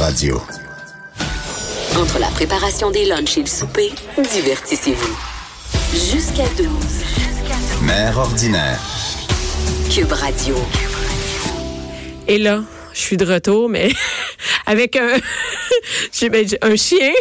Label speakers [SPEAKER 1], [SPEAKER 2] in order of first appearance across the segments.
[SPEAKER 1] Radio.
[SPEAKER 2] Entre la préparation des lunchs et le souper, divertissez-vous. Jusqu'à 12.
[SPEAKER 1] Mère ordinaire.
[SPEAKER 2] Cube Radio.
[SPEAKER 3] Et là, je suis de retour, mais avec un, j'ai- ben, j'ai un chien,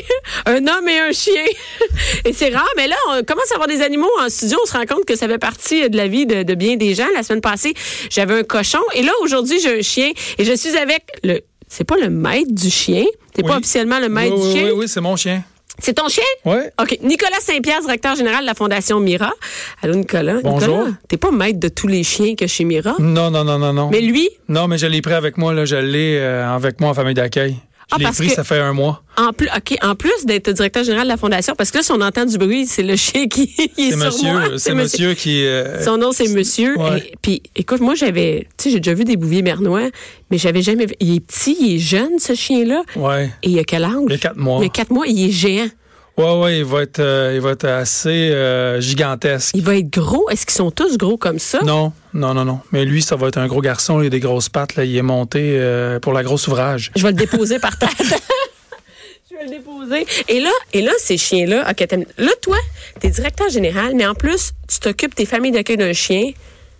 [SPEAKER 3] un homme et un chien. Et c'est rare, mais là, on commence à avoir des animaux en studio. On se rend compte que ça fait partie euh, de la vie de, de bien des gens. La semaine passée, j'avais un cochon. Et là, aujourd'hui, j'ai un chien. Et je suis avec le... C'est pas le maître du chien. C'est pas
[SPEAKER 4] Oui.
[SPEAKER 3] officiellement le maître
[SPEAKER 4] oui,
[SPEAKER 3] du
[SPEAKER 4] oui,
[SPEAKER 3] chien.
[SPEAKER 4] Oui, oui, c'est mon chien.
[SPEAKER 3] C'est ton chien?
[SPEAKER 4] Ouais.
[SPEAKER 3] OK. Nicolas Saint-Pierre, directeur général de la Fondation Mira. Allô, Nicolas.
[SPEAKER 4] Bonjour.
[SPEAKER 3] Nicolas, t'es pas maître de tous les chiens que chez Mira.
[SPEAKER 4] Non, non, non, non, non.
[SPEAKER 3] Mais lui,
[SPEAKER 4] Non, mais je l'ai pris avec moi, là. Je l'ai euh, avec moi en famille d'accueil. Je
[SPEAKER 3] Ah,
[SPEAKER 4] l'ai
[SPEAKER 3] parce
[SPEAKER 4] pris,
[SPEAKER 3] que-
[SPEAKER 4] ça fait un mois.
[SPEAKER 3] En plus, OK, en plus d'être directeur général de la Fondation, parce que là, si on entend du bruit, c'est le chien qui il est
[SPEAKER 4] C'est
[SPEAKER 3] sur moi.
[SPEAKER 4] monsieur, c'est monsieur qui. euh,
[SPEAKER 3] Son nom, c'est Monsieur.
[SPEAKER 4] Ouais.
[SPEAKER 3] Et- Puis, écoute, moi, j'avais, tu sais, j'ai déjà vu des bouviers bernois, mais j'avais jamais vu. Il est petit, il est jeune, ce chien-là.
[SPEAKER 4] Ouais.
[SPEAKER 3] Et il a quel âge?
[SPEAKER 4] Il y a quatre mois.
[SPEAKER 3] Il a quatre mois, il est géant.
[SPEAKER 4] Ouais, ouais, il va être, euh, il va être assez euh, gigantesque.
[SPEAKER 3] Il va être gros. Est-ce qu'ils sont tous gros comme ça?
[SPEAKER 4] Non, non, non, non. Mais lui, ça va être un gros garçon. Il a des grosses pattes. Là. Il est monté euh, pour la grosse ouvrage.
[SPEAKER 3] Je vais le déposer par terre. Je vais le déposer. Et là, et là ces chiens-là, OK, t'aimes- là, toi, t'es directeur général, mais en plus, tu t'occupes des familles d'accueil d'un chien.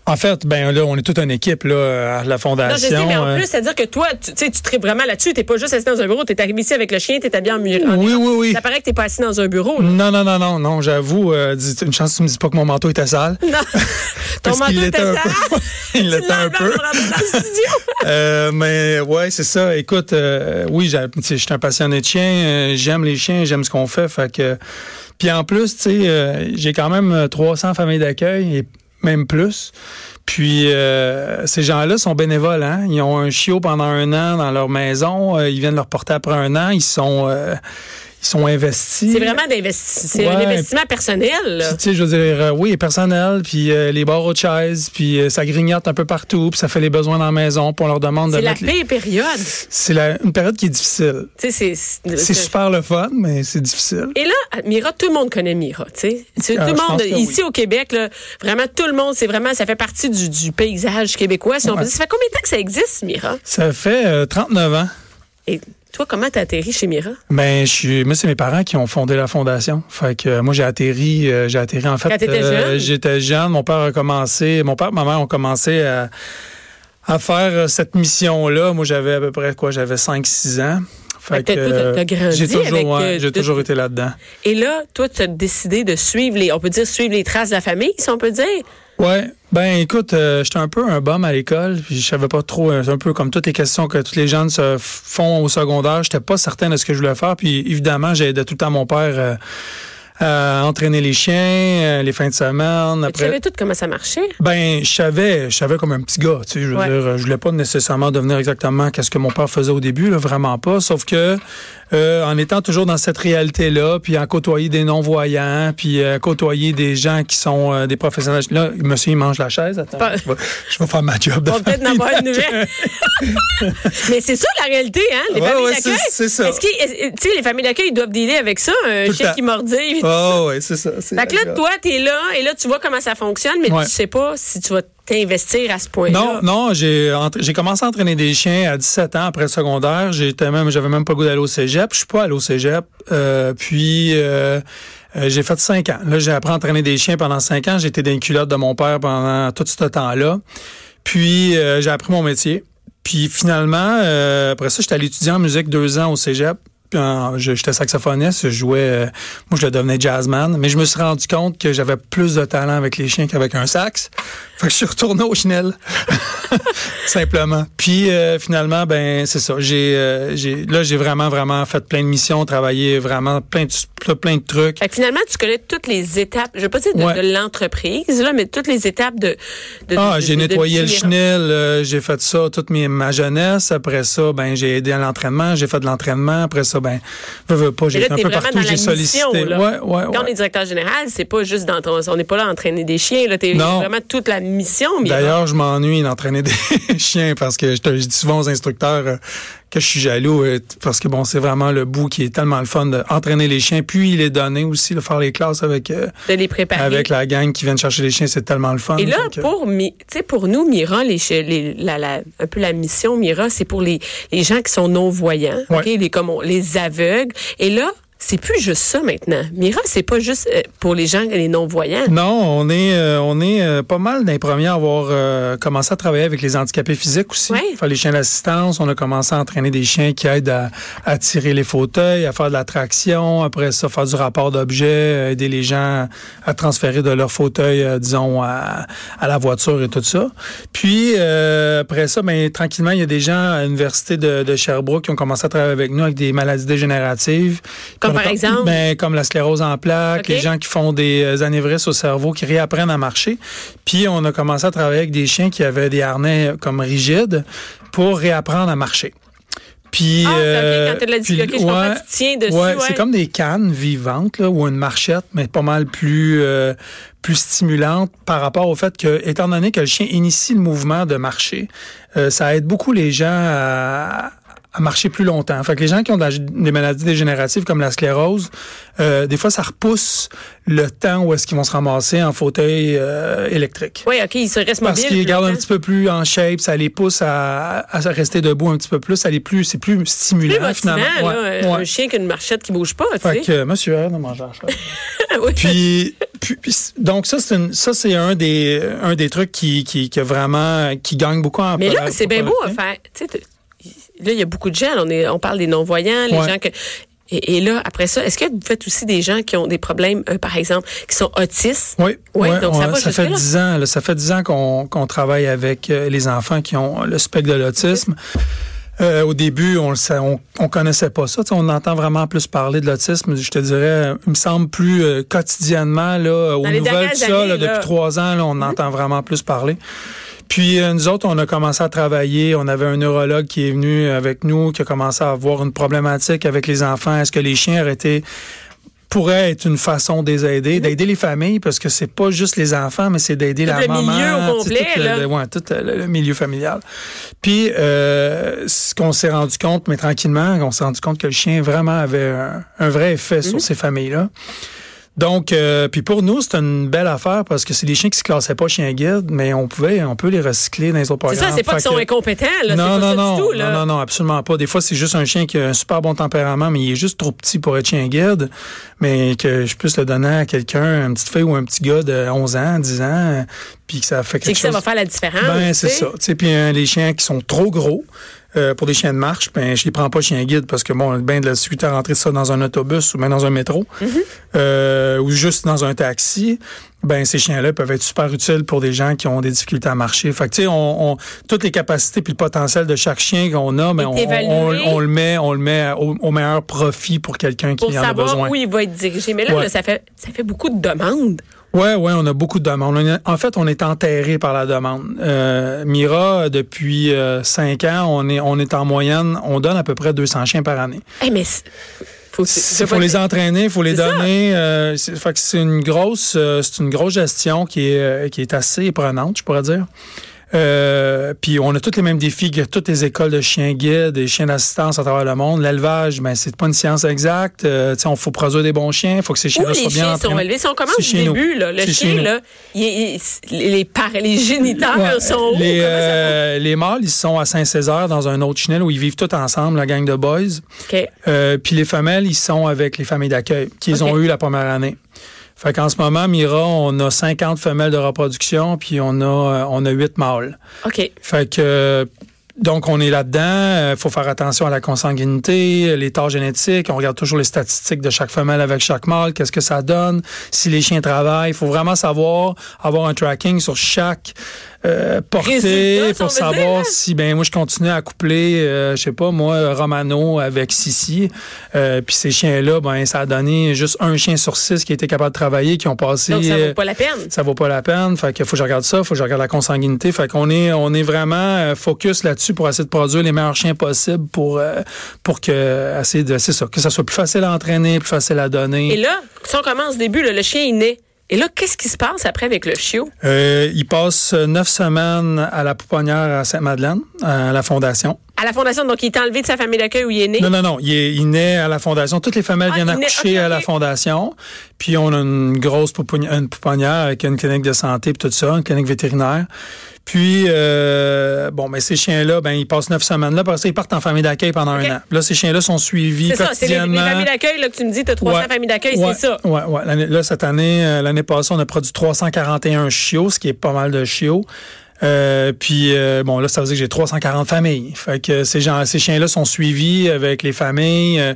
[SPEAKER 4] En fait, ben là, on est toute une équipe là, à
[SPEAKER 3] Non,
[SPEAKER 4] la
[SPEAKER 3] je
[SPEAKER 4] fondation.
[SPEAKER 3] sais, mais en
[SPEAKER 4] euh,
[SPEAKER 3] plus, c'est-à-dire que toi, tu tu sais, tu tripes vraiment là-dessus. T'es pas juste assis dans un bureau. T'es arrivé ici avec le chien, t'es habillé en milieu. en-
[SPEAKER 4] Oui, oui, Mm. oui.
[SPEAKER 3] Ça paraît que t'es pas assis dans un bureau. là.
[SPEAKER 4] Non, non, non, non, non. J'avoue, euh, dis- une chance, que tu me dis pas que mon manteau était sale.
[SPEAKER 3] Non. Ton
[SPEAKER 4] Parce qu'il
[SPEAKER 3] manteau était sale.
[SPEAKER 4] l'était un peu. Il
[SPEAKER 3] Tu
[SPEAKER 4] l'était un
[SPEAKER 3] l'enlèves
[SPEAKER 4] peu.
[SPEAKER 3] pour rentrer dans le studio.
[SPEAKER 4] Euh, mais ouais, c'est ça. Écoute, euh, oui, j'ai- tu sais, je suis un passionné de chiens. euh, j'aime les chiens, j'aime ce qu'on fait. Fait que, puis en plus, tu sais, euh, j'ai quand même euh, 300 familles d'accueil et même plus. Puis euh, ces gens-là sont bénévoles. Hein? Ils ont un chiot pendant un an dans leur maison. euh, ils viennent leur porter après un an. Ils sont, euh, ils sont investis.
[SPEAKER 3] C'est vraiment d'investi- c'est un
[SPEAKER 4] Mm. Ouais.
[SPEAKER 3] investissement personnel. là.
[SPEAKER 4] Puis, tu sais, je veux dire, euh, oui, personnel, puis euh, les barreaux de chaises, puis euh, ça grignote un peu partout, puis ça fait les besoins dans la maison, puis on leur demande de
[SPEAKER 3] C'est la
[SPEAKER 4] mettre... les-
[SPEAKER 3] paix période. Tu
[SPEAKER 4] C'est la- une période qui est difficile.
[SPEAKER 3] sais, c'est- c'est-
[SPEAKER 4] C'est super le fun, mais c'est difficile.
[SPEAKER 3] Et là, Mira, tout le monde connaît Mira, tu sais. C'est
[SPEAKER 4] Ah,
[SPEAKER 3] tout
[SPEAKER 4] je
[SPEAKER 3] le monde,
[SPEAKER 4] pense que oui.
[SPEAKER 3] ici au Québec, là, vraiment tout le monde, c'est vraiment, ça fait partie du, du paysage québécois. Si on peut
[SPEAKER 4] Ouais.
[SPEAKER 3] dire. Ça fait combien de temps que ça existe, Mira?
[SPEAKER 4] Ça fait euh, 39 ans.
[SPEAKER 3] Et toi, comment t'as atterri chez Mira?
[SPEAKER 4] Ben, je suis, moi, c'est mes parents qui ont fondé la fondation. Fait que euh, moi, j'ai atterri, euh, j'ai atterri en fait. euh,
[SPEAKER 3] Quand t'étais jeune?
[SPEAKER 4] J'étais jeune. Mon père a commencé, mon père et ma mère ont commencé à, à faire euh, cette mission-là. Moi, j'avais à peu près quoi, j'avais 5-6 ans.
[SPEAKER 3] Fait
[SPEAKER 4] Fait
[SPEAKER 3] que
[SPEAKER 4] que euh,
[SPEAKER 3] t'as- t'as grandi
[SPEAKER 4] j'ai toujours,
[SPEAKER 3] avec,
[SPEAKER 4] ouais,
[SPEAKER 3] euh,
[SPEAKER 4] j'ai
[SPEAKER 3] de-
[SPEAKER 4] toujours été là-dedans.
[SPEAKER 3] Et là, toi, tu as décidé de suivre les, on peut dire suivre les traces de la famille, si on peut dire.
[SPEAKER 4] Ouais, ben écoute, euh, j'étais un peu un bum à l'école, puis je savais pas trop, euh, c'est un peu comme toutes les questions que tous les jeunes se f- font au secondaire, j'étais pas certain de ce que je voulais faire, puis évidemment, j'aidais tout le temps mon père euh, à entraîner les chiens, euh, les fins de semaine,
[SPEAKER 3] Tu savais
[SPEAKER 4] après...
[SPEAKER 3] tout comment ça marchait.
[SPEAKER 4] Ben, je savais, je savais comme un petit gars, tu sais, je veux
[SPEAKER 3] Ouais.
[SPEAKER 4] dire, euh, je voulais pas nécessairement devenir exactement qu'est-ce que mon père faisait au début, là, vraiment pas, sauf que euh, en étant toujours dans cette réalité-là, puis en côtoyer des non-voyants, puis euh, côtoyer des gens qui sont euh, des professionnels. Là, monsieur, il mange la chaise. Attends,
[SPEAKER 3] Pas-
[SPEAKER 4] je, vais, je vais faire ma job. de
[SPEAKER 3] On va peut-être en
[SPEAKER 4] famille.
[SPEAKER 3] avoir une nouvelle. Mais c'est ça la réalité, hein? Les
[SPEAKER 4] Ouais,
[SPEAKER 3] familles
[SPEAKER 4] ouais,
[SPEAKER 3] d'accueil.
[SPEAKER 4] c'est- c'est ça.
[SPEAKER 3] Est-ce qu'ils- est- tu sais, les familles d'accueil, ils doivent dealer avec ça, un
[SPEAKER 4] Tout le
[SPEAKER 3] chien
[SPEAKER 4] temps.
[SPEAKER 3] qui mordit. puis tout ça.
[SPEAKER 4] Ah ouais, c'est ça. c'est
[SPEAKER 3] Fait que
[SPEAKER 4] la
[SPEAKER 3] là,
[SPEAKER 4] job.
[SPEAKER 3] toi, t'es là, et là, tu vois comment ça fonctionne, mais
[SPEAKER 4] Ouais.
[SPEAKER 3] tu sais pas si tu vas t'investir à ce point-là.
[SPEAKER 4] Non, non, j'ai entra- j'ai commencé à entraîner des chiens à 17 ans après le secondaire. J'étais même, j'avais même pas le goût d'aller au cégep. Je suis pas allé au cégep. Euh, puis euh, euh, j'ai fait 5 ans. Là, j'ai appris à entraîner des chiens pendant 5 ans. J'étais dans une culotte de mon père pendant tout ce temps-là. Puis euh, j'ai appris mon métier. Puis finalement, euh, après ça, j'étais allé étudier en musique deux ans au cégep. Puis en- je- j'étais saxophoniste, je jouais, euh, moi je le devenais jazzman, mais je me suis rendu compte que j'avais plus de talent avec les chiens qu'avec un sax. Fait que je suis retourné au chenel, simplement. Puis euh, finalement, ben c'est ça. J'ai, euh, j'ai, là j'ai vraiment vraiment fait plein de missions, travaillé vraiment plein de, plein de trucs.
[SPEAKER 3] Fait que finalement, tu connais toutes les étapes, je veux pas dire de,
[SPEAKER 4] Ouais.
[SPEAKER 3] de l'entreprise, là, mais toutes les étapes de. de-
[SPEAKER 4] Ah,
[SPEAKER 3] de-
[SPEAKER 4] j'ai
[SPEAKER 3] de- de
[SPEAKER 4] nettoyé le
[SPEAKER 3] Mira.
[SPEAKER 4] chenil, euh, j'ai fait ça toute mes- ma jeunesse. Après ça, ben j'ai aidé à l'entraînement, j'ai fait de l'entraînement. Après ça, ben veux, veux pas, j'ai
[SPEAKER 3] Mais là,
[SPEAKER 4] été un
[SPEAKER 3] t'es
[SPEAKER 4] peu
[SPEAKER 3] vraiment
[SPEAKER 4] partout,
[SPEAKER 3] dans la
[SPEAKER 4] j'ai sollicité.
[SPEAKER 3] mission, là.
[SPEAKER 4] Ouais, ouais,
[SPEAKER 3] Quand on est
[SPEAKER 4] ouais.
[SPEAKER 3] directeur général, c'est pas juste dans ton. On n'est pas là à entraîner des chiens, là. T'es
[SPEAKER 4] Non.
[SPEAKER 3] vraiment toute la mission, Mira.
[SPEAKER 4] D'ailleurs, je m'ennuie d'entraîner des chiens parce que je, te- je dis souvent aux instructeurs, euh, que je suis jaloux euh, parce que bon, c'est vraiment le bout qui est tellement le fun d'entraîner les chiens, puis les donner aussi, de faire les classes avec euh,
[SPEAKER 3] de les préparer.
[SPEAKER 4] avec la euh, gang qui vient de chercher les chiens, c'est tellement le fun.
[SPEAKER 3] Et là,
[SPEAKER 4] Fait que-
[SPEAKER 3] pour, Mi- tu sais, pour nous, Mira, les, chi- les- la, la- un peu la mission Mira, c'est pour les, les gens qui sont non-voyants,
[SPEAKER 4] Ouais.
[SPEAKER 3] ok, les, comme on- les aveugles. Et là, c'est plus juste ça maintenant. Mira, c'est pas juste euh, pour les gens, les non-voyants.
[SPEAKER 4] Non, on est, euh, on est euh, pas mal des premiers à avoir euh, commencé à travailler avec les handicapés physiques aussi.
[SPEAKER 3] Ouais.
[SPEAKER 4] Faire les chiens d'assistance, on a commencé à entraîner des chiens qui aident à, à tirer les fauteuils, à faire de la traction, après ça, faire du rapport d'objets, euh, aider les gens à transférer de leur fauteuil, euh, disons, à, à la voiture et tout ça. Puis, euh, après ça, ben, tranquillement, il y a des gens à l'Université de, de Sherbrooke qui ont commencé à travailler avec nous avec des maladies dégénératives.
[SPEAKER 3] Comme
[SPEAKER 4] Puis on a
[SPEAKER 3] par exemple?
[SPEAKER 4] Ben, comme la sclérose en plaques,
[SPEAKER 3] Ok.
[SPEAKER 4] les gens gens qui font des euh, anévrismes au cerveau, qui réapprennent à marcher. Puis on a commencé à travailler avec des chiens qui avaient des harnais euh, comme rigides pour réapprendre à marcher. Puis,
[SPEAKER 3] Ah, ça, ok,
[SPEAKER 4] euh,
[SPEAKER 3] quand t'as de la
[SPEAKER 4] puis-
[SPEAKER 3] dislocée, je comprends, tu tiens dessus,
[SPEAKER 4] ouais,
[SPEAKER 3] ouais.
[SPEAKER 4] c'est comme des cannes vivantes là, ou une marchette, mais pas mal plus euh, plus stimulante par rapport au fait que, étant donné que le chien initie le mouvement de marcher, euh, ça aide beaucoup les gens à, à marcher plus longtemps. Fait que les gens qui ont de la- des maladies dégénératives comme la sclérose, euh, des fois ça repousse le temps où est-ce qu'ils vont se ramasser en fauteuil euh, électrique.
[SPEAKER 3] Oui, OK, ils se restent
[SPEAKER 4] Parce
[SPEAKER 3] mobiles
[SPEAKER 4] qu'ils
[SPEAKER 3] plus
[SPEAKER 4] gardent un
[SPEAKER 3] longtemps.
[SPEAKER 4] petit peu plus en shape, ça les pousse à, à rester debout un petit peu plus, ça les plus, c'est plus stimulant
[SPEAKER 3] plus motivant,
[SPEAKER 4] finalement.
[SPEAKER 3] là, Euh,
[SPEAKER 4] Ouais,
[SPEAKER 3] un
[SPEAKER 4] ouais.
[SPEAKER 3] chien qu'une marchette qui bouge pas, tu
[SPEAKER 4] Fait que
[SPEAKER 3] sais.
[SPEAKER 4] euh, monsieur R, a mangé la chaise.
[SPEAKER 3] Oui.
[SPEAKER 4] puis, puis- puis c- donc ça c'est une- ça c'est un des un des trucs qui qui, qui a vraiment qui gagne beaucoup en euh,
[SPEAKER 3] Mais là,
[SPEAKER 4] polar-
[SPEAKER 3] c'est bien beau à
[SPEAKER 4] popularité.
[SPEAKER 3] faire. Tu sais, t- là, il y a beaucoup de gens. là, on, est, on parle des non-voyants, les
[SPEAKER 4] Ouais.
[SPEAKER 3] gens que. Et, et là, après ça, est-ce que vous faites aussi des gens qui ont des problèmes, euh, par exemple, qui sont autistes?
[SPEAKER 4] Oui,
[SPEAKER 3] Ouais,
[SPEAKER 4] ouais,
[SPEAKER 3] donc ça
[SPEAKER 4] on-
[SPEAKER 3] va
[SPEAKER 4] ça fait
[SPEAKER 3] jusque-là.
[SPEAKER 4] dix ans. là, ça fait dix ans qu'on qu'on travaille avec euh, les enfants qui ont le spectre de l'autisme. Euh, au début, on le sa- on, on connaissait pas ça. Tu sais, on entend vraiment plus parler de l'autisme. Je te dirais, il me semble plus euh, quotidiennement là, aux
[SPEAKER 3] les
[SPEAKER 4] nouvelles,
[SPEAKER 3] dernières
[SPEAKER 4] tout ça, là,
[SPEAKER 3] années, là. Mm-hmm.
[SPEAKER 4] depuis trois ans, là, on entend vraiment plus parler. Puis euh, nous autres, on a commencé à travailler. On avait un neurologue qui est venu avec nous, qui a commencé à avoir une problématique avec les enfants. Est-ce que les chiens auraient été pourrait être une façon de les aider, d'aider les familles, parce que c'est pas juste les enfants, mais c'est d'aider
[SPEAKER 3] Tout
[SPEAKER 4] la
[SPEAKER 3] le
[SPEAKER 4] maman.
[SPEAKER 3] milieu au
[SPEAKER 4] tu sais,
[SPEAKER 3] complet,
[SPEAKER 4] tout le-
[SPEAKER 3] là.
[SPEAKER 4] le- ouais, tout le, le milieu familial. Puis, euh, ce qu'on s'est rendu compte, mais tranquillement, on s'est rendu compte que le chien vraiment avait un, un vrai effet
[SPEAKER 3] Mhm.
[SPEAKER 4] sur ces familles-là. Donc, euh, puis pour nous, c'est une belle affaire parce que c'est des chiens qui se classaient pas chien guide, mais on pouvait, on peut les recycler dans les autres
[SPEAKER 3] C'est
[SPEAKER 4] programmes.
[SPEAKER 3] ça, c'est pas
[SPEAKER 4] Fait
[SPEAKER 3] qu'ils sont
[SPEAKER 4] que-
[SPEAKER 3] incompétents, là.
[SPEAKER 4] non,
[SPEAKER 3] c'est pas
[SPEAKER 4] non,
[SPEAKER 3] ça
[SPEAKER 4] non,
[SPEAKER 3] du tout, là.
[SPEAKER 4] non, non, non, absolument pas. Des fois, c'est juste un chien qui a un super bon tempérament, mais il est juste trop petit pour être chien guide. Mais que je puisse le donner à quelqu'un, une petite fille ou un petit gars de 11 ans, 10 ans, puis que ça
[SPEAKER 3] c'est
[SPEAKER 4] fait quelque
[SPEAKER 3] que ça
[SPEAKER 4] chose.
[SPEAKER 3] va faire la différence.
[SPEAKER 4] ben,
[SPEAKER 3] tu
[SPEAKER 4] c'est
[SPEAKER 3] sais.
[SPEAKER 4] ça. Tu sais, puis hein, les chiens qui sont trop gros. euh, pour des chiens de marche, ben je les prends pas chien guide parce que bon, ben de la suite à rentrer ça dans un autobus ou même dans un métro
[SPEAKER 3] Mm-hmm.
[SPEAKER 4] euh, ou juste dans un taxi, ben ces chiens-là peuvent être super utiles pour des gens qui ont des difficultés à marcher. Fait que, tu sais, on, on- toutes les capacités puis le potentiel de chaque chien qu'on a, ben, on,
[SPEAKER 3] Est évalué.
[SPEAKER 4] on, on le met, on le met à- au, au meilleur profit pour quelqu'un qui
[SPEAKER 3] Pour
[SPEAKER 4] en a
[SPEAKER 3] savoir
[SPEAKER 4] besoin.
[SPEAKER 3] où il va être dirigé. Mais là,
[SPEAKER 4] Ouais.
[SPEAKER 3] là, ça, fait, ça fait beaucoup de demandes.
[SPEAKER 4] Ouais, ouais, on a beaucoup de demandes. On est- en fait, on est enterré par la demande. Euh, Mira, depuis euh, cinq ans, on est, on est en moyenne, on donne à peu près 200 chiens par année.
[SPEAKER 3] Eh, mais c'est- faut,
[SPEAKER 4] Il faut les entraîner, il faut les
[SPEAKER 3] C'est ça.
[SPEAKER 4] donner. euh, c'est fait que c'est une grosse, euh, c'est une grosse gestion qui est, euh, qui est assez prenante, je pourrais dire. Euh, puis on a tous les mêmes défis que toutes les écoles de chiens guides et chiens d'assistance à travers le monde. L'élevage, ben c'est pas une science exacte. Euh, tu sais, on faut produire des bons chiens, faut que ces
[SPEAKER 3] Où
[SPEAKER 4] chiens-là
[SPEAKER 3] les
[SPEAKER 4] soient bien
[SPEAKER 3] chiens sont
[SPEAKER 4] entraînés.
[SPEAKER 3] élevés. Si on commence
[SPEAKER 4] C'est
[SPEAKER 3] du
[SPEAKER 4] chez nous.
[SPEAKER 3] début, là, le
[SPEAKER 4] C'est chez
[SPEAKER 3] chien,
[SPEAKER 4] nous.
[SPEAKER 3] là, il est- il- les, par- les géniteurs
[SPEAKER 4] Ouais,
[SPEAKER 3] sont hauts.
[SPEAKER 4] les,
[SPEAKER 3] Comment ça
[SPEAKER 4] euh, les mâles, ils sont à Saint-Césaire dans un autre chenil où ils vivent tous ensemble, la gang de boys.
[SPEAKER 3] fonctionne? OK.
[SPEAKER 4] Euh, puis les femelles, ils sont avec les familles d'accueil qu'ils
[SPEAKER 3] Ok.
[SPEAKER 4] ont eues la première année. Fait qu'en ce moment, Mira, on a 50 femelles de reproduction, puis on a, euh, on a 8 mâles.
[SPEAKER 3] OK.
[SPEAKER 4] Fait que euh, donc on est là-dedans, il faut faire attention à la consanguinité, l'état génétique, on regarde toujours les statistiques de chaque femelle avec chaque mâle, qu'est-ce que ça donne, si les chiens travaillent, il faut vraiment savoir avoir un tracking sur chaque euh, portée
[SPEAKER 3] Résultat, si on
[SPEAKER 4] pour
[SPEAKER 3] veut dire,
[SPEAKER 4] savoir
[SPEAKER 3] hein?
[SPEAKER 4] si ben moi je continue à coupler euh, je sais pas moi Romano avec Sissi euh, puis ces chiens là ben ça a donné juste un chien sur six qui était capable de travailler qui ont passé
[SPEAKER 3] Donc, ça
[SPEAKER 4] euh,
[SPEAKER 3] vaut pas la peine.
[SPEAKER 4] ça vaut pas la peine. Fait que faut que je regarde ça, faut que je regarde la consanguinité. Fait qu'on est, on est vraiment euh, focus là-dessus pour essayer de produire les meilleurs chiens possibles pour, euh, pour que, essayer de, c'est ça, que ça soit plus facile à entraîner, plus facile à donner.
[SPEAKER 3] Et là, si on commence au début, là, le chien est né. Et là, qu'est-ce qui se passe après avec le chiot?
[SPEAKER 4] Euh, il passe neuf semaines à la pouponnière à Sainte-Madeleine, à la fondation.
[SPEAKER 3] à la fondation, donc il est enlevé de sa famille d'accueil où il est né.
[SPEAKER 4] Non, non, non. Il est, il naît à la fondation. Toutes les familles
[SPEAKER 3] Ah,
[SPEAKER 4] viennent
[SPEAKER 3] il naît-
[SPEAKER 4] accoucher
[SPEAKER 3] ok,
[SPEAKER 4] à la
[SPEAKER 3] ok.
[SPEAKER 4] fondation. Puis on a une grosse pouponnière, une pouponnière avec une clinique de santé puis tout ça, une clinique vétérinaire. Puis, euh, bon, mais ces chiens-là, ben, ils passent neuf semaines là. Parce qu'ils partent en famille d'accueil pendant
[SPEAKER 3] Ok.
[SPEAKER 4] un an. Là, ces chiens-là sont suivis
[SPEAKER 3] C'est ça, c'est les, les
[SPEAKER 4] quotidiennement.
[SPEAKER 3] familles d'accueil, là, que tu me dis, t'as 300
[SPEAKER 4] Ouais.
[SPEAKER 3] familles d'accueil,
[SPEAKER 4] Ouais.
[SPEAKER 3] c'est ça.
[SPEAKER 4] Ouais, ouais. L'année- là, cette année, euh, l'année passée, on a produit 341 chiots, ce qui est pas mal de chiots. Euh, puis euh, bon là ça veut dire que j'ai 340 familles. Fait que ces gens ces chiens là sont suivis avec les familles euh,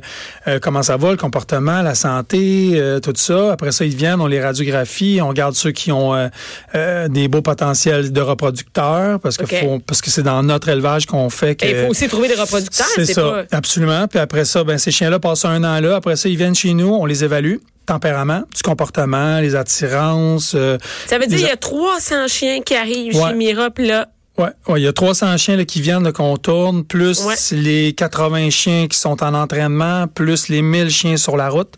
[SPEAKER 4] euh, comment ça va le comportement, la santé, euh, tout ça. Après ça ils viennent, on les radiographie, on garde ceux qui ont euh, euh, des beaux potentiels de reproducteurs parce que
[SPEAKER 3] Ok.
[SPEAKER 4] faut- parce que c'est dans notre élevage qu'on fait que
[SPEAKER 3] Et Ben, il faut aussi trouver des reproducteurs,
[SPEAKER 4] c'est ça,
[SPEAKER 3] pas-
[SPEAKER 4] absolument. Puis après ça, ben, ces chiens-là passent un an là. Après ça, ils viennent chez nous, on les évalue. Tempérament, du comportement, les attirances. euh,
[SPEAKER 3] Ça veut dire
[SPEAKER 4] les-
[SPEAKER 3] qu'il y a 300 chiens qui arrivent
[SPEAKER 4] Ouais.
[SPEAKER 3] chez Mira, puis là,
[SPEAKER 4] Ouais, ouais, il y a 300 chiens là, qui viennent, là, qu'on tourne, plus
[SPEAKER 3] Ouais.
[SPEAKER 4] les 80 chiens qui sont en entraînement, plus les 1000 chiens sur la route.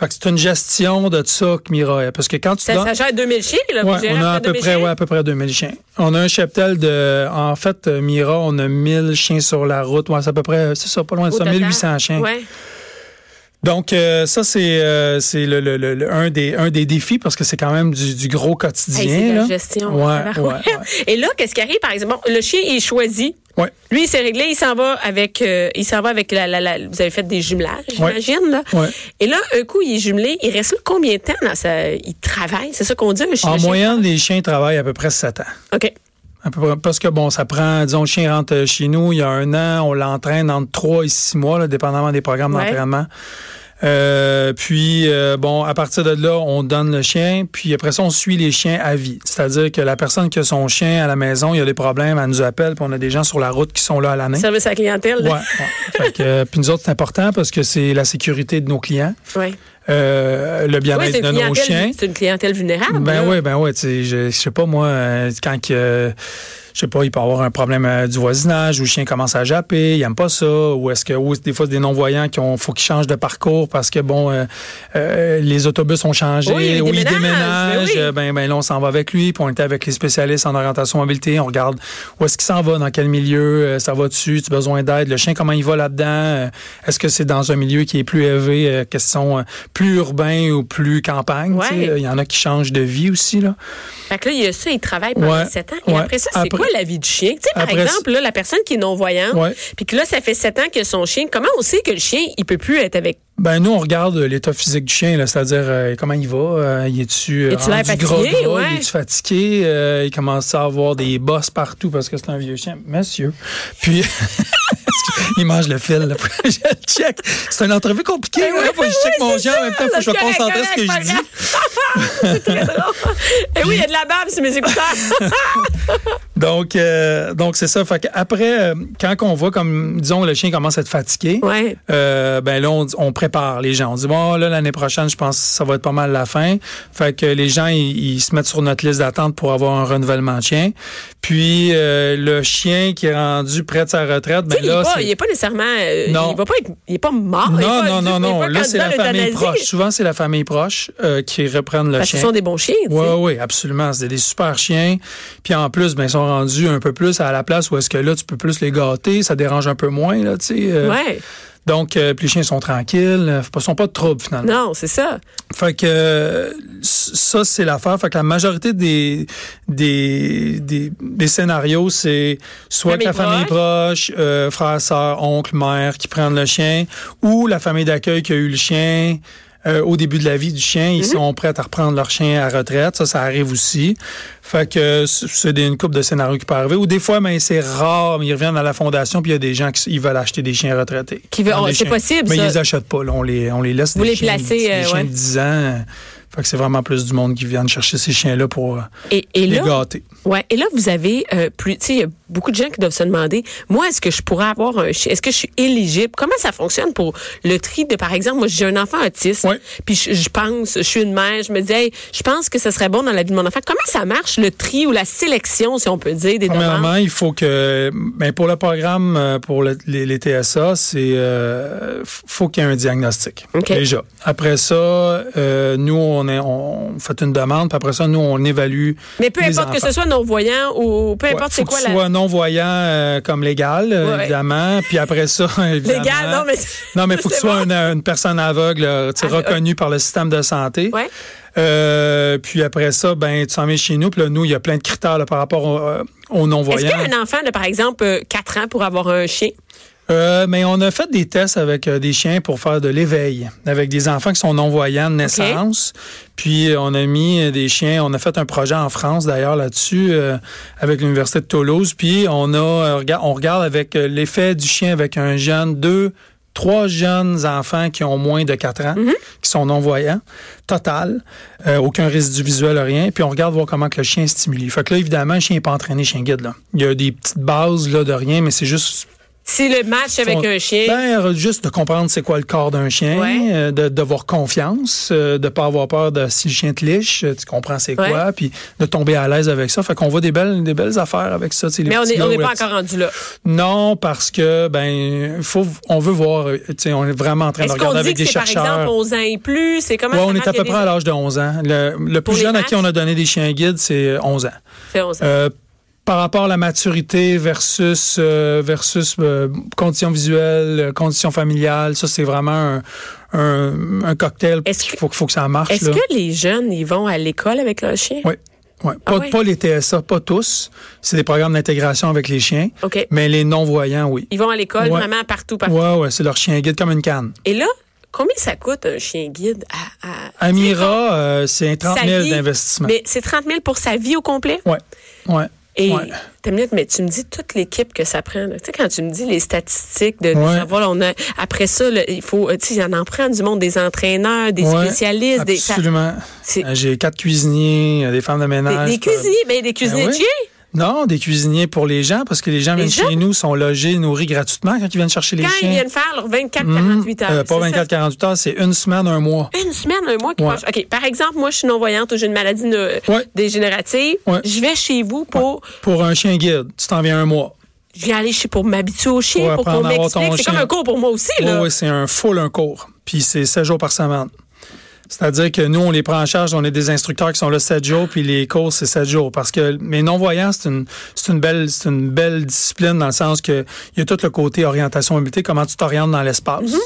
[SPEAKER 4] Fait que c'est une gestion de ça que Mira est. Parce que quand tu
[SPEAKER 3] ça,
[SPEAKER 4] donnes-
[SPEAKER 3] ça gère 2000 chiens, là. vous
[SPEAKER 4] Ouais,
[SPEAKER 3] gérez
[SPEAKER 4] on a
[SPEAKER 3] près
[SPEAKER 4] à
[SPEAKER 3] de
[SPEAKER 4] peu
[SPEAKER 3] 2000
[SPEAKER 4] près,
[SPEAKER 3] chiens.
[SPEAKER 4] ouais, à peu près 2000 chiens. On a un cheptel de, en fait, euh, Mira, on a 1000 chiens sur la route. Ouais, c'est à peu près, c'est ça, pas loin de
[SPEAKER 3] Au
[SPEAKER 4] ça,
[SPEAKER 3] total.
[SPEAKER 4] 1800 chiens.
[SPEAKER 3] Ouais.
[SPEAKER 4] Donc euh, ça c'est euh, c'est le, le- le- le- un des un des défis parce que c'est quand même du, du gros quotidien
[SPEAKER 3] Hey, c'est de la
[SPEAKER 4] là.
[SPEAKER 3] gestion. hein,
[SPEAKER 4] Ouais, ouais, ouais.
[SPEAKER 3] Et là, qu'est-ce qui arrive, par exemple? Bon, le chien, il est choisi.
[SPEAKER 4] Ouais.
[SPEAKER 3] Lui, il s'est réglé, il s'en va avec, euh, il s'en va avec la, la- la- vous avez fait des jumelages, j'imagine, là.
[SPEAKER 4] Ouais.
[SPEAKER 3] Et là, un coup, il est jumelé, il reste là combien de temps dans sa, il travaille? C'est ça qu'on dit, un chien?
[SPEAKER 4] En
[SPEAKER 3] le chien-
[SPEAKER 4] moyenne, les chiens travaillent à peu près 7 ans.
[SPEAKER 3] OK.
[SPEAKER 4] À peu près, parce que bon, ça prend, disons, le chien rentre euh, chez nous il y a un an, on l'entraîne entre 3 et 6 mois, là, dépendamment des programmes
[SPEAKER 3] Ouais.
[SPEAKER 4] d'entraînement. Euh, puis, euh, bon, à partir de là, on donne le chien, puis après ça, on suit les chiens à vie. C'est-à-dire que la personne qui a son chien à la maison, il y a des problèmes, elle nous appelle, puis on a des gens sur la route qui sont là à l'année.
[SPEAKER 3] Service à la clientèle,
[SPEAKER 4] Ouais,
[SPEAKER 3] là.
[SPEAKER 4] ouais. Fait que, euh, puis nous autres, c'est important parce que c'est la sécurité de nos clients,
[SPEAKER 3] Ouais.
[SPEAKER 4] euh, le
[SPEAKER 3] Ouais,
[SPEAKER 4] bien-être
[SPEAKER 3] c'est une
[SPEAKER 4] de nos
[SPEAKER 3] clientèle-
[SPEAKER 4] chiens.
[SPEAKER 3] C'est une clientèle vulnérable.
[SPEAKER 4] Ben
[SPEAKER 3] là.
[SPEAKER 4] oui, ben oui, tu sais, je, je sais pas moi, euh, quand que, euh, je sais pas, il peut avoir un problème euh, du voisinage, ou le chien commence à japper, il aime pas ça, ou est-ce que, ou des fois c'est des non-voyants qui ont, faut qu'ils changent de parcours parce que bon, euh, euh, les autobus ont changé,
[SPEAKER 3] Oui, ils
[SPEAKER 4] ou ils
[SPEAKER 3] déménagent, ben
[SPEAKER 4] déménagent,
[SPEAKER 3] oui.
[SPEAKER 4] euh, ben, ben là on s'en va avec lui, puis on était avec les spécialistes en orientation mobilité, on regarde où est-ce qu'il s'en va, dans quel milieu, euh, ça va dessus, tu as besoin d'aide, le chien comment il va là-dedans, euh, est-ce que c'est dans un milieu qui est plus élevé, euh, question euh, plus urbain ou plus campagne, tu sais,
[SPEAKER 3] Ouais.
[SPEAKER 4] euh, il y en a qui changent de vie aussi là.
[SPEAKER 3] Fait que là, il y a ça, il travaille pendant
[SPEAKER 4] Ouais,
[SPEAKER 3] 7 ans. Et
[SPEAKER 4] ouais.
[SPEAKER 3] après ça, c'est
[SPEAKER 4] Après-
[SPEAKER 3] quoi la vie du chien? Tu sais, par
[SPEAKER 4] Après-
[SPEAKER 3] exemple, là, la personne qui est non-voyante,
[SPEAKER 4] Ouais.
[SPEAKER 3] puis que là, ça fait 7 ans que son chien, comment on sait que le chien, il peut plus être avec
[SPEAKER 4] Ben nous on regarde euh, l'état physique du chien, là, c'est-à-dire euh, comment il va, euh, il est-tu euh,
[SPEAKER 3] Est-tu l'air
[SPEAKER 4] rendu
[SPEAKER 3] fatigué,
[SPEAKER 4] gras, gras,
[SPEAKER 3] ouais.
[SPEAKER 4] il est-tu fatigué, euh, il commence à avoir des bosses partout parce que c'est un vieux chien, monsieur. Puis il mange le fil, là, Faut que je le check. C'est une entrevue compliquée, là, faut que je check mon chien en même temps, faut que je sois concentré à ce que je dis.
[SPEAKER 3] dis. c'est très drôle. Et oui, il y a de la bave sur mes écouteurs.
[SPEAKER 4] Donc euh, donc c'est ça, fait après euh, quand on voit comme disons le chien commence à être fatigué,
[SPEAKER 3] ouais.
[SPEAKER 4] Euh, ben là, on, on prépare les gens. On dit, bon, là, l'année prochaine, je pense que ça va être pas mal la fin. Fait que les gens, ils, ils se mettent sur notre liste d'attente pour avoir un renouvellement de chien. Puis, euh, le chien qui est rendu près de sa retraite,
[SPEAKER 3] Tu
[SPEAKER 4] ben
[SPEAKER 3] sais, il est
[SPEAKER 4] là,
[SPEAKER 3] pas-
[SPEAKER 4] c'est-
[SPEAKER 3] il n'est pas, nécessairement. euh,
[SPEAKER 4] Non.
[SPEAKER 3] Il va pas être. Il est pas mort. il est
[SPEAKER 4] Non,
[SPEAKER 3] pas-
[SPEAKER 4] non,
[SPEAKER 3] il
[SPEAKER 4] non,
[SPEAKER 3] est
[SPEAKER 4] non.
[SPEAKER 3] pas
[SPEAKER 4] Là, c'est la
[SPEAKER 3] candidat à
[SPEAKER 4] famille
[SPEAKER 3] l'euthanasie.
[SPEAKER 4] proche. Souvent, c'est la famille proche euh, qui reprennent le
[SPEAKER 3] Parce que
[SPEAKER 4] chien.
[SPEAKER 3] ce sont des bons chiens. tu sais.
[SPEAKER 4] Oui, oui, absolument. C'est des super chiens. Puis en plus, ben, ils sont rendus un peu plus à la place où est-ce que là, tu peux plus les gâter, ça dérange un peu moins, là, tu sais. euh.
[SPEAKER 3] Ouais.
[SPEAKER 4] Donc, euh, puis les chiens sont tranquilles, euh, ils sont pas de trouble, finalement.
[SPEAKER 3] Non, c'est ça.
[SPEAKER 4] Fait que euh, ça, c'est l'affaire. Fait que la majorité des, des, des, des scénarios, c'est soit que la
[SPEAKER 3] Famille
[SPEAKER 4] famille proche, euh, frère, sœur, oncle, mère qui prennent le chien, ou la famille d'accueil qui a eu le chien euh, au début de la vie du chien. Ils
[SPEAKER 3] Mhm.
[SPEAKER 4] sont prêts à reprendre leur chien à retraite. Ça, ça arrive aussi. Fait que euh, c'est des- une coupe de scénarios qui peut arriver. Ou des fois, mais c'est rare, mais ils reviennent à la fondation, puis il y a des gens qui ils veulent acheter des chiens retraités.
[SPEAKER 3] Qui veulent-
[SPEAKER 4] Prendre
[SPEAKER 3] oh,
[SPEAKER 4] des
[SPEAKER 3] c'est
[SPEAKER 4] chiens.
[SPEAKER 3] possible,
[SPEAKER 4] Mais
[SPEAKER 3] ça.
[SPEAKER 4] ils les achètent pas. là. on, les, on les laisse
[SPEAKER 3] Vous
[SPEAKER 4] des
[SPEAKER 3] les
[SPEAKER 4] chiens-
[SPEAKER 3] placez,
[SPEAKER 4] des
[SPEAKER 3] euh,
[SPEAKER 4] chiens
[SPEAKER 3] ouais.
[SPEAKER 4] de 10 ans. euh, Fait que c'est vraiment plus du monde qui vient chercher ces chiens-là pour euh,
[SPEAKER 3] Et, et
[SPEAKER 4] les
[SPEAKER 3] là,
[SPEAKER 4] gâter.
[SPEAKER 3] Ouais, et là vous avez euh, plus tu sais il y a beaucoup de gens qui doivent se demander moi est-ce que je pourrais avoir un chien est-ce que je suis éligible comment ça fonctionne pour le tri de par exemple moi j'ai un enfant autiste
[SPEAKER 4] Ouais.
[SPEAKER 3] puis je, je pense je suis une mère je me dis hey, je pense que ça serait bon dans la vie de mon enfant comment ça marche le tri ou la sélection si on peut dire des demandes
[SPEAKER 4] Premièrement, il faut que, ben pour le programme, euh, pour le- les, les TSA, c'est euh, f- faut qu'il y ait un diagnostic
[SPEAKER 3] OK.
[SPEAKER 4] déjà. Après ça, euh, nous on, est, on fait une demande, puis après ça, nous on évalue.
[SPEAKER 3] mais peu
[SPEAKER 4] les
[SPEAKER 3] importe que
[SPEAKER 4] enfants.
[SPEAKER 3] ce soit non voyant ou peu
[SPEAKER 4] Ouais,
[SPEAKER 3] importe
[SPEAKER 4] faut
[SPEAKER 3] c'est
[SPEAKER 4] que
[SPEAKER 3] quoi
[SPEAKER 4] ce
[SPEAKER 3] la
[SPEAKER 4] soit non-voyant euh, comme légal, euh,
[SPEAKER 3] Ouais.
[SPEAKER 4] évidemment. Puis après ça, évidemment.
[SPEAKER 3] Légal, non, mais-
[SPEAKER 4] Non, mais il faut que tu
[SPEAKER 3] c'est
[SPEAKER 4] sois
[SPEAKER 3] bon.
[SPEAKER 4] une, une personne aveugle, euh, tu sais,
[SPEAKER 3] Ah,
[SPEAKER 4] reconnue par le système de santé.
[SPEAKER 3] Ouais.
[SPEAKER 4] Euh, puis après ça, ben, tu s'en viens chez nous. Puis là, nous, il y a plein de critères là, par rapport au- euh, aux
[SPEAKER 3] Est-ce
[SPEAKER 4] non-voyants.
[SPEAKER 3] qu'un enfant de, par exemple, euh, 4 ans pour avoir un chien?
[SPEAKER 4] Euh, mais on a fait des tests avec euh, des chiens pour faire de l'éveil, avec des enfants qui sont non-voyants de naissance. Puis euh, on a mis euh, des chiens, on a fait un projet en France d'ailleurs là-dessus euh, avec l'Université de Toulouse. Puis on a euh, rega- on regarde avec euh, l'effet du chien avec un jeune, deux, trois jeunes enfants qui ont moins de quatre ans, qui sont non-voyants, total, euh, aucun résidu visuel, rien. Puis on regarde voir comment que le chien est stimulé. Fait que là, évidemment, le chien n'est pas entraîné, chien guide. Là. Il y a des petites bases là, de rien, mais c'est juste
[SPEAKER 3] Si le match avec
[SPEAKER 4] son-
[SPEAKER 3] un chien.
[SPEAKER 4] Ben, euh, juste de comprendre c'est quoi le corps d'un chien,
[SPEAKER 3] Ouais.
[SPEAKER 4] euh, de d'avoir confiance, euh, de pas avoir peur de si le chien te liche, euh, tu comprends c'est
[SPEAKER 3] Ouais.
[SPEAKER 4] quoi, puis de tomber à l'aise avec ça. Fait qu'on voit des belles, des belles affaires avec ça. tu sais, les
[SPEAKER 3] mais on
[SPEAKER 4] petits
[SPEAKER 3] n'est
[SPEAKER 4] gars
[SPEAKER 3] on est
[SPEAKER 4] ou la
[SPEAKER 3] pas
[SPEAKER 4] petite-
[SPEAKER 3] encore rendu là.
[SPEAKER 4] Non, parce que ben, faut, on veut voir. euh, tu sais, on est vraiment en train de
[SPEAKER 3] Est-ce
[SPEAKER 4] regarder
[SPEAKER 3] qu'on dit
[SPEAKER 4] avec
[SPEAKER 3] que
[SPEAKER 4] des
[SPEAKER 3] c'est par
[SPEAKER 4] chercheurs.
[SPEAKER 3] exemple 11 ans et plus? C'est comment
[SPEAKER 4] Ouais,
[SPEAKER 3] ça
[SPEAKER 4] on est
[SPEAKER 3] marche?
[SPEAKER 4] à
[SPEAKER 3] Il y a
[SPEAKER 4] peu
[SPEAKER 3] des-
[SPEAKER 4] près à l'âge de 11 ans. Le, le
[SPEAKER 3] Pour
[SPEAKER 4] plus
[SPEAKER 3] les
[SPEAKER 4] jeune à
[SPEAKER 3] matchs?
[SPEAKER 4] qui on a donné des chiens guides, c'est 11 ans.
[SPEAKER 3] C'est 11 ans.
[SPEAKER 4] Euh, par rapport à la maturité versus euh, versus euh, conditions visuelles, euh, conditions familiales, ça c'est vraiment un, un, un cocktail.
[SPEAKER 3] Est-ce
[SPEAKER 4] Il
[SPEAKER 3] que-
[SPEAKER 4] faut, faut que ça marche.
[SPEAKER 3] Est-ce
[SPEAKER 4] là.
[SPEAKER 3] que les jeunes, ils vont à l'école avec leur chien?
[SPEAKER 4] Oui. Ouais.
[SPEAKER 3] Ah
[SPEAKER 4] Pas,
[SPEAKER 3] ouais?
[SPEAKER 4] pas les TSA, pas tous. C'est des programmes d'intégration avec les chiens.
[SPEAKER 3] OK.
[SPEAKER 4] Mais les non-voyants, oui.
[SPEAKER 3] Ils vont à l'école
[SPEAKER 4] Ouais.
[SPEAKER 3] vraiment partout, partout.
[SPEAKER 4] Ouais, ouais, c'est leur chien guide comme une canne.
[SPEAKER 3] Et là, combien ça coûte un chien guide à. à-
[SPEAKER 4] Amira, euh, c'est 30
[SPEAKER 3] sa
[SPEAKER 4] 000
[SPEAKER 3] vie?
[SPEAKER 4] d'investissement.
[SPEAKER 3] Mais c'est 30 000 pour sa vie au complet?
[SPEAKER 4] Ouais. Ouais.
[SPEAKER 3] Et
[SPEAKER 4] ouais.
[SPEAKER 3] t'as une minute, mais tu me dis toute l'équipe que ça prend. là. Tu sais, quand tu me dis les statistiques de, de
[SPEAKER 4] Ouais.
[SPEAKER 3] savoir, là, on a, après ça, là, il faut, euh, tu sais, il en en prend du monde, des entraîneurs, des
[SPEAKER 4] Ouais,
[SPEAKER 3] spécialistes, des, ça-
[SPEAKER 4] Absolument.
[SPEAKER 3] c'est-
[SPEAKER 4] Euh, J'ai quatre cuisiniers, euh, des femmes de
[SPEAKER 3] des,
[SPEAKER 4] ménage.
[SPEAKER 3] des
[SPEAKER 4] euh,
[SPEAKER 3] cuisiniers, ben, des cuisiniers
[SPEAKER 4] Ben
[SPEAKER 3] de
[SPEAKER 4] oui.
[SPEAKER 3] chiens.
[SPEAKER 4] Non, des cuisiniers pour les gens, parce que les gens
[SPEAKER 3] Les
[SPEAKER 4] viennent
[SPEAKER 3] gens?
[SPEAKER 4] chez nous, sont logés, nourris gratuitement quand ils viennent chercher les
[SPEAKER 3] Quand ils
[SPEAKER 4] chiens.
[SPEAKER 3] viennent faire leurs 24-48 heures.
[SPEAKER 4] Euh, pas
[SPEAKER 3] c'est ça?
[SPEAKER 4] 24-48 heures, c'est une semaine, un mois.
[SPEAKER 3] Une semaine, un mois qui
[SPEAKER 4] Ouais.
[SPEAKER 3] passe. OK. Par exemple, moi, je suis non-voyante ou j'ai une maladie ne-
[SPEAKER 4] Ouais.
[SPEAKER 3] dégénérative.
[SPEAKER 4] Ouais.
[SPEAKER 3] Je vais chez vous pour.
[SPEAKER 4] Pour un chien guide, tu t'en viens un mois.
[SPEAKER 3] Je vais aller chez pour m'habituer au chien,
[SPEAKER 4] Ouais,
[SPEAKER 3] pour qu'on
[SPEAKER 4] apprendre à avoir ton
[SPEAKER 3] m'explique. C'est comme
[SPEAKER 4] chien.
[SPEAKER 3] un cours pour moi aussi,
[SPEAKER 4] Oui,
[SPEAKER 3] là.
[SPEAKER 4] oui, c'est un full, un cours. Puis c'est 7 jours par semaine. C'est-à-dire que nous, on les prend en charge, on a des instructeurs qui sont là 7 jours, puis les cours, c'est 7 jours. Parce que mais non-voyants, c'est une, c'est une, belle, c'est une belle discipline dans le sens que il y a tout le côté orientation mobilité, comment tu t'orientes dans l'espace.
[SPEAKER 3] Mm-hmm.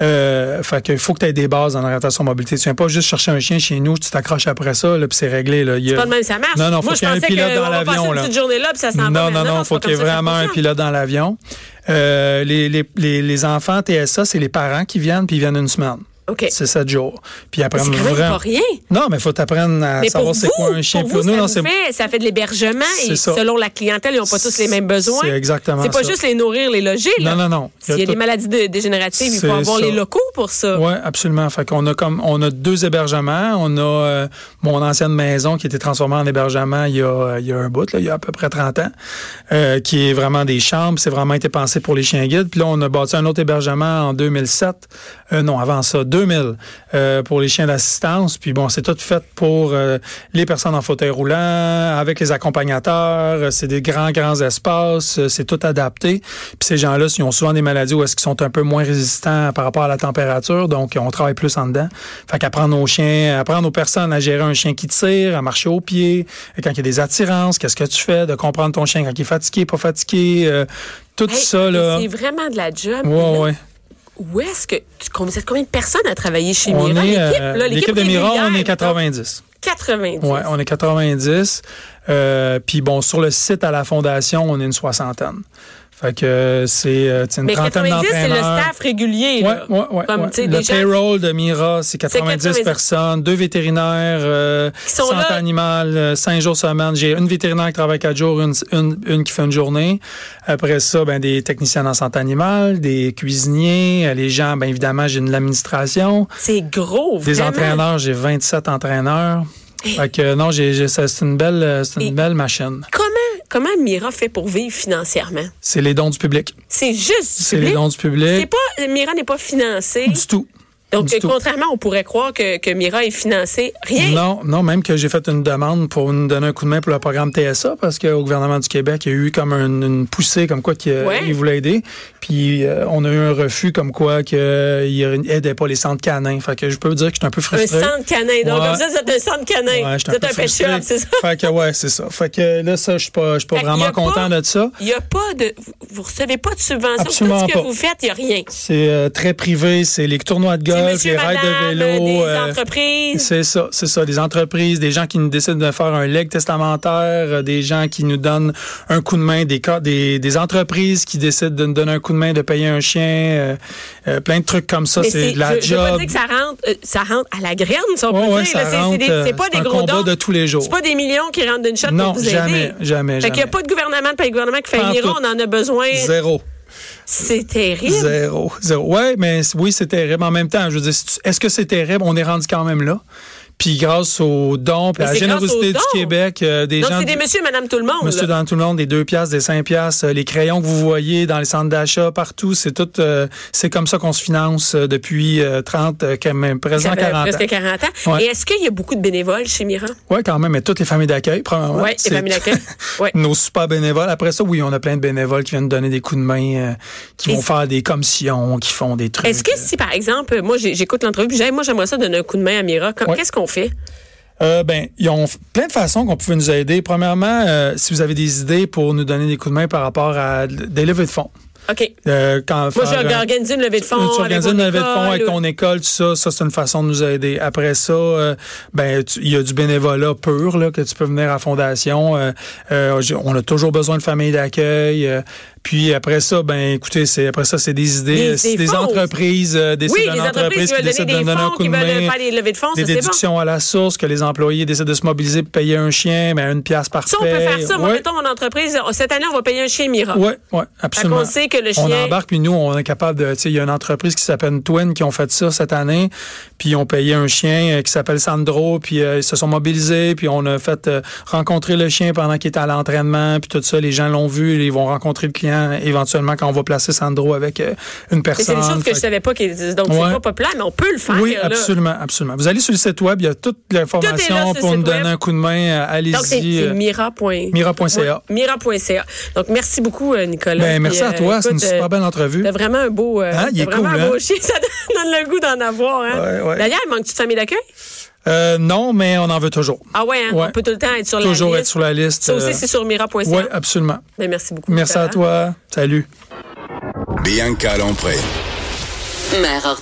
[SPEAKER 4] Euh, fait que faut que tu aies des bases en orientation mobilité. Tu viens pas juste chercher un chien chez nous, tu t'accroches après ça, là, puis c'est réglé. Là. Il y a-
[SPEAKER 3] Pas de même, ça marche.
[SPEAKER 4] Non, non,
[SPEAKER 3] moi,
[SPEAKER 4] faut
[SPEAKER 3] je
[SPEAKER 4] qu'il y ait un
[SPEAKER 3] pensais
[SPEAKER 4] pilote
[SPEAKER 3] que
[SPEAKER 4] dans
[SPEAKER 3] on va passer
[SPEAKER 4] l'avion.
[SPEAKER 3] une
[SPEAKER 4] là.
[SPEAKER 3] petite journée là, puis ça s'en va.
[SPEAKER 4] Non,
[SPEAKER 3] mais
[SPEAKER 4] non, non,
[SPEAKER 3] c'est
[SPEAKER 4] faut
[SPEAKER 3] pas
[SPEAKER 4] qu'il y ait
[SPEAKER 3] comme ça que ça
[SPEAKER 4] vraiment un
[SPEAKER 3] fonctionne.
[SPEAKER 4] pilote dans l'avion. Euh, les, les, les, les enfants TSA, c'est les parents qui viennent, puis ils viennent une semaine.
[SPEAKER 3] OK.
[SPEAKER 4] C'est sept jours. Puis ils
[SPEAKER 3] C'est
[SPEAKER 4] apprennent
[SPEAKER 3] quand même
[SPEAKER 4] vraiment.
[SPEAKER 3] pas rien.
[SPEAKER 4] Non, mais il faut t'apprendre à
[SPEAKER 3] Mais
[SPEAKER 4] savoir
[SPEAKER 3] pour
[SPEAKER 4] c'est
[SPEAKER 3] vous,
[SPEAKER 4] quoi un chien.
[SPEAKER 3] pour
[SPEAKER 4] Puis
[SPEAKER 3] vous,
[SPEAKER 4] nous,
[SPEAKER 3] ça,
[SPEAKER 4] non,
[SPEAKER 3] vous
[SPEAKER 4] c'est
[SPEAKER 3] fait, ça fait de l'hébergement
[SPEAKER 4] C'est
[SPEAKER 3] et
[SPEAKER 4] ça.
[SPEAKER 3] selon la clientèle, ils n'ont pas tous les mêmes besoins.
[SPEAKER 4] C'est exactement
[SPEAKER 3] C'est pas
[SPEAKER 4] ça.
[SPEAKER 3] juste les nourrir, les loger. là.
[SPEAKER 4] Non, non, non. Il y
[SPEAKER 3] S'il
[SPEAKER 4] a
[SPEAKER 3] y a
[SPEAKER 4] tout-
[SPEAKER 3] des maladies dé- dégénératives, il
[SPEAKER 4] C'est
[SPEAKER 3] faut avoir
[SPEAKER 4] ça.
[SPEAKER 3] les locaux pour ça.
[SPEAKER 4] Oui, absolument. Fait qu'on a comme on a deux hébergements. On a euh, mon ancienne maison qui a été transformée en hébergement il y a, euh, il y a un bout, là, il y a à peu près 30 ans, euh, qui est vraiment des chambres. C'est vraiment été pensé pour les chiens guides. Puis là, on a bâti un autre hébergement en 2007. Euh, non, avant ça, 2000 euh, pour les chiens d'assistance. Puis bon, c'est tout fait pour euh, les personnes en fauteuil roulant, avec les accompagnateurs. Euh, C'est des grands, grands espaces. Euh, C'est tout adapté. Puis ces gens-là, ils ont souvent des maladies où est-ce qu'ils sont un peu moins résistants par rapport à la température. Donc, on travaille plus en dedans. Fait qu'apprendre aux chiens, apprendre aux personnes à gérer un chien qui tire, à marcher aux pieds, et quand il y a des attirances, qu'est-ce que tu fais, de comprendre ton chien quand il est fatigué, pas fatigué. euh, tout
[SPEAKER 3] Hey,
[SPEAKER 4] ça, là.
[SPEAKER 3] C'est vraiment de la job.
[SPEAKER 4] Ouais, ouais.
[SPEAKER 3] Où est-ce que. Tu, com- vous êtes combien de personnes à travailler chez
[SPEAKER 4] On
[SPEAKER 3] Mira?
[SPEAKER 4] est,
[SPEAKER 3] L'équipe,
[SPEAKER 4] euh,
[SPEAKER 3] là,
[SPEAKER 4] l'équipe de Mira, on
[SPEAKER 3] régulière,
[SPEAKER 4] est
[SPEAKER 3] donc,
[SPEAKER 4] 90.
[SPEAKER 3] 90.
[SPEAKER 4] Ouais, on est 90. Euh, puis bon, sur le site à la fondation, on est une soixantaine. Fait que euh, c'est euh, t'sais, une
[SPEAKER 3] Mais
[SPEAKER 4] trentaine
[SPEAKER 3] 90, c'est le
[SPEAKER 4] d'entraîneurs.
[SPEAKER 3] staff régulier.
[SPEAKER 4] Ouais,
[SPEAKER 3] là.
[SPEAKER 4] ouais, ouais,
[SPEAKER 3] Comme,
[SPEAKER 4] ouais.
[SPEAKER 3] tu sais,
[SPEAKER 4] Le
[SPEAKER 3] des gens
[SPEAKER 4] payroll de Mira, c'est 90,
[SPEAKER 3] 90.
[SPEAKER 4] personnes, deux vétérinaires, euh,
[SPEAKER 3] Qui sont
[SPEAKER 4] santé
[SPEAKER 3] là.
[SPEAKER 4] animale, euh, cinq jours semaine. J'ai une vétérinaire qui travaille quatre jours, une, une, une qui fait une journée. Après ça, ben des techniciens en santé animale, des cuisiniers, euh, les gens, ben évidemment, j'ai de l'administration.
[SPEAKER 3] C'est gros,
[SPEAKER 4] Des
[SPEAKER 3] vraiment. Eh.
[SPEAKER 4] entraîneurs, j'ai 27 entraîneurs. Fait que euh, non, j'ai, j'ai- c'est c'est une belle, euh, c'est une
[SPEAKER 3] Et-
[SPEAKER 4] belle machine.
[SPEAKER 3] Comment, comment Mira fait pour vivre financièrement?
[SPEAKER 4] C'est les dons du public.
[SPEAKER 3] C'est juste du
[SPEAKER 4] C'est les
[SPEAKER 3] public.
[SPEAKER 4] dons du
[SPEAKER 3] C'est
[SPEAKER 4] public.
[SPEAKER 3] pas, Mira n'est pas financée
[SPEAKER 4] Du tout.
[SPEAKER 3] Donc,
[SPEAKER 4] Du tout.
[SPEAKER 3] contrairement, on pourrait croire que, que Mira est financée. Rien.
[SPEAKER 4] Non, non, même que j'ai fait une demande pour nous donner un coup de main pour le programme TSA, parce qu'au gouvernement du Québec, il y a eu comme une, une poussée, comme quoi qu'il
[SPEAKER 3] Ouais.
[SPEAKER 4] il voulait aider. Puis euh, on a eu un refus, comme quoi qu'il aidait pas les centres canins. Fait que je peux vous dire que je suis un peu
[SPEAKER 3] Un
[SPEAKER 4] frustré.
[SPEAKER 3] centre canin. Donc,
[SPEAKER 4] Ouais.
[SPEAKER 3] comme ça, vous êtes un centre canin.
[SPEAKER 4] Ouais,
[SPEAKER 3] vous
[SPEAKER 4] j'étais
[SPEAKER 3] êtes un,
[SPEAKER 4] peu
[SPEAKER 3] pet
[SPEAKER 4] frustré.
[SPEAKER 3] shop, c'est ça?
[SPEAKER 4] Fait que ouais, c'est ça. Fait que là, ça, je suis pas, je suis pas
[SPEAKER 3] Fait qu'il y a
[SPEAKER 4] vraiment content
[SPEAKER 3] pas-
[SPEAKER 4] de ça.
[SPEAKER 3] Il n'y a pas de. vous- Vous recevez pas de subvention.
[SPEAKER 4] Absolument
[SPEAKER 3] Tout ce que
[SPEAKER 4] pas.
[SPEAKER 3] vous faites, il n'y a rien.
[SPEAKER 4] C'est euh, très privé, c'est les tournois de
[SPEAKER 3] C'est
[SPEAKER 4] golf,
[SPEAKER 3] monsieur,
[SPEAKER 4] les rides de
[SPEAKER 3] madame,
[SPEAKER 4] vélo.
[SPEAKER 3] des
[SPEAKER 4] euh,
[SPEAKER 3] entreprises.
[SPEAKER 4] C'est ça, c'est ça. Des entreprises, des gens qui nous décident de faire un leg testamentaire, euh, des gens qui nous donnent un coup de main, des, cas- des, des entreprises qui décident de nous donner un coup de main, de payer un chien, euh, euh, plein de trucs comme ça.
[SPEAKER 3] Mais
[SPEAKER 4] C'est de la
[SPEAKER 3] je, je veux pas
[SPEAKER 4] job.
[SPEAKER 3] dire que ça rentre, euh, ça rentre à la graine, si on
[SPEAKER 4] Ouais,
[SPEAKER 3] peut
[SPEAKER 4] ouais,
[SPEAKER 3] dire.
[SPEAKER 4] ça
[SPEAKER 3] là. C'est-
[SPEAKER 4] rentre,
[SPEAKER 3] c'est des-
[SPEAKER 4] euh,
[SPEAKER 3] c'est pas
[SPEAKER 4] c'est
[SPEAKER 3] des
[SPEAKER 4] un
[SPEAKER 3] gros
[SPEAKER 4] combat
[SPEAKER 3] dons.
[SPEAKER 4] de tous les jours.
[SPEAKER 3] C'est pas des millions qui rentrent d'une shot
[SPEAKER 4] Non,
[SPEAKER 3] pour vous aider.
[SPEAKER 4] jamais, jamais,
[SPEAKER 3] Fait qu'il n'y a
[SPEAKER 4] jamais.
[SPEAKER 3] pas de gouvernement de pays de gouvernement qui fait
[SPEAKER 4] Pas en
[SPEAKER 3] Mira,
[SPEAKER 4] tout.
[SPEAKER 3] on en a besoin.
[SPEAKER 4] Zéro.
[SPEAKER 3] C'est terrible.
[SPEAKER 4] Zéro. Zéro. Ouais, mais c- oui, c'est terrible. En même temps, je veux dire, si tu- est-ce que c'est terrible? On est rendu quand même là. Puis grâce aux dons, puis
[SPEAKER 3] Mais
[SPEAKER 4] à la
[SPEAKER 3] c'est grâce aux
[SPEAKER 4] générosité
[SPEAKER 3] dons.
[SPEAKER 4] du Québec, euh, des
[SPEAKER 3] Donc,
[SPEAKER 4] gens.
[SPEAKER 3] c'est des monsieur et madame tout le monde.
[SPEAKER 4] Monsieur
[SPEAKER 3] là.
[SPEAKER 4] dans tout le monde, des deux piastres, des cinq piastres, euh, les crayons que vous voyez dans les centres d'achat partout, c'est tout, euh, c'est comme ça qu'on se finance euh, depuis euh, 30, euh, quand même,
[SPEAKER 3] Ça
[SPEAKER 4] présent
[SPEAKER 3] fait
[SPEAKER 4] 40 ans.
[SPEAKER 3] presque 40 ans.
[SPEAKER 4] Ouais.
[SPEAKER 3] Et est-ce qu'il y a beaucoup de bénévoles chez Mira?
[SPEAKER 4] Oui, quand même, mais toutes les familles d'accueil, premièrement.
[SPEAKER 3] Oui, et
[SPEAKER 4] c'est-
[SPEAKER 3] famille d'accueil. Ouais.
[SPEAKER 4] Nos super bénévoles. Après ça, oui, on a plein de bénévoles qui viennent donner des coups de main, euh, qui
[SPEAKER 3] Et-
[SPEAKER 4] vont faire des commissions, qui font des trucs.
[SPEAKER 3] Est-ce que si, par exemple, euh, moi, j'ai- j'écoute l'entrevue, puis j'ai, moi, j'aimerais ça donner un coup de main à Mira, comme-
[SPEAKER 4] Ouais.
[SPEAKER 3] qu'est-ce qu'on fait?
[SPEAKER 4] Euh, ben, ils ont f- plein de façons qu'on pouvait nous aider. Premièrement, euh, si vous avez des idées pour nous donner des coups de main par rapport à l- des levées de fonds.
[SPEAKER 3] OK.
[SPEAKER 4] Euh, quand
[SPEAKER 3] Moi,
[SPEAKER 4] faire,
[SPEAKER 3] j'ai
[SPEAKER 4] euh,
[SPEAKER 3] organisé une levée de
[SPEAKER 4] Tu
[SPEAKER 3] fonds.
[SPEAKER 4] organises
[SPEAKER 3] avec
[SPEAKER 4] une
[SPEAKER 3] mon
[SPEAKER 4] levée de fonds avec
[SPEAKER 3] école,
[SPEAKER 4] ton école, tout ça, ça c'est une façon de nous aider. Après ça, euh, ben tu- il y a du bénévolat pur là, que tu peux venir à la fondation. Euh, euh, j'ai- on a toujours besoin de familles d'accueil. euh, puis après ça, ben écoutez, c'est après ça c'est des idées.
[SPEAKER 3] Des-
[SPEAKER 4] Si
[SPEAKER 3] des
[SPEAKER 4] des,
[SPEAKER 3] fonds.
[SPEAKER 4] entreprises, euh, des
[SPEAKER 3] Oui,
[SPEAKER 4] c'est
[SPEAKER 3] les
[SPEAKER 4] une
[SPEAKER 3] entreprises
[SPEAKER 4] entreprise
[SPEAKER 3] qui
[SPEAKER 4] qui
[SPEAKER 3] veulent
[SPEAKER 4] décide
[SPEAKER 3] donner
[SPEAKER 4] de
[SPEAKER 3] des
[SPEAKER 4] donner un
[SPEAKER 3] fonds,
[SPEAKER 4] coup
[SPEAKER 3] qui
[SPEAKER 4] de
[SPEAKER 3] veulent
[SPEAKER 4] main,
[SPEAKER 3] faire des levées de fonds,
[SPEAKER 4] des
[SPEAKER 3] ça, c'est bon.
[SPEAKER 4] déductions à la source, que les employés décident de se mobiliser pour payer un chien, ben une pièce par
[SPEAKER 3] Ça, on peut
[SPEAKER 4] paie.
[SPEAKER 3] faire ça. Moi,
[SPEAKER 4] Ben, Ouais.
[SPEAKER 3] mettons, mon entreprise, euh, cette année, on va payer un chien Mira.
[SPEAKER 4] Oui, oui, absolument.
[SPEAKER 3] Fait Ah. qu'on sait que le chien-
[SPEAKER 4] On embarque, puis nous, on est capable de. Tu sais, il y a une entreprise qui s'appelle Twin qui ont fait ça cette année, puis ils ont payé un chien euh, qui s'appelle Sandro, puis euh, ils se sont mobilisés, puis on a fait euh, rencontrer le chien pendant qu'il était à l'entraînement, puis tout ça, les gens l'ont vu, ils vont rencontrer le client éventuellement quand on va placer Sandro avec euh,
[SPEAKER 3] Mais
[SPEAKER 4] une
[SPEAKER 3] c'est
[SPEAKER 4] personne.
[SPEAKER 3] des choses que
[SPEAKER 4] Fait
[SPEAKER 3] je savais pas qui existent. Donc, c'est
[SPEAKER 4] Ouais.
[SPEAKER 3] pas populaire, mais on peut le faire.
[SPEAKER 4] oui,
[SPEAKER 3] là.
[SPEAKER 4] absolument, absolument. Vous allez sur le site web, il y a toute
[SPEAKER 3] Tout est là sur
[SPEAKER 4] l'information
[SPEAKER 3] le
[SPEAKER 4] pour
[SPEAKER 3] site
[SPEAKER 4] nous
[SPEAKER 3] web.
[SPEAKER 4] donner un coup de main. euh,
[SPEAKER 3] Donc, c'est
[SPEAKER 4] Allez-y.
[SPEAKER 3] c'est
[SPEAKER 4] euh,
[SPEAKER 3] mira. point-
[SPEAKER 4] mira.ca.
[SPEAKER 3] Mira.ca. Donc, merci beaucoup, euh, Nicolas.
[SPEAKER 4] Ben,
[SPEAKER 3] Puis,
[SPEAKER 4] merci à
[SPEAKER 3] euh,
[SPEAKER 4] toi, c'est une
[SPEAKER 3] écoute, euh,
[SPEAKER 4] super belle entrevue.
[SPEAKER 3] T'as vraiment un beau, euh,
[SPEAKER 4] Hein, il
[SPEAKER 3] t'as
[SPEAKER 4] est
[SPEAKER 3] vraiment
[SPEAKER 4] cool,
[SPEAKER 3] un beau
[SPEAKER 4] hein?
[SPEAKER 3] chien. Ça donne le goût d'en avoir. Hein?
[SPEAKER 4] Ouais, ouais.
[SPEAKER 3] D'ailleurs, il manque-tu de famille d'accueil?
[SPEAKER 4] Euh, non, mais on en veut toujours.
[SPEAKER 3] Ah ouais, hein?
[SPEAKER 4] Ouais.
[SPEAKER 3] on peut tout le temps être sur
[SPEAKER 4] Toujours
[SPEAKER 3] la liste.
[SPEAKER 4] être sur la liste.
[SPEAKER 3] Ça aussi,
[SPEAKER 4] euh,
[SPEAKER 3] c'est sur mira.ca.
[SPEAKER 4] Oui, absolument.
[SPEAKER 3] Ben, merci beaucoup.
[SPEAKER 4] Merci à
[SPEAKER 3] Sarah.
[SPEAKER 4] toi. Salut.
[SPEAKER 1] Bianca Lompré.
[SPEAKER 2] Mère ordinaire.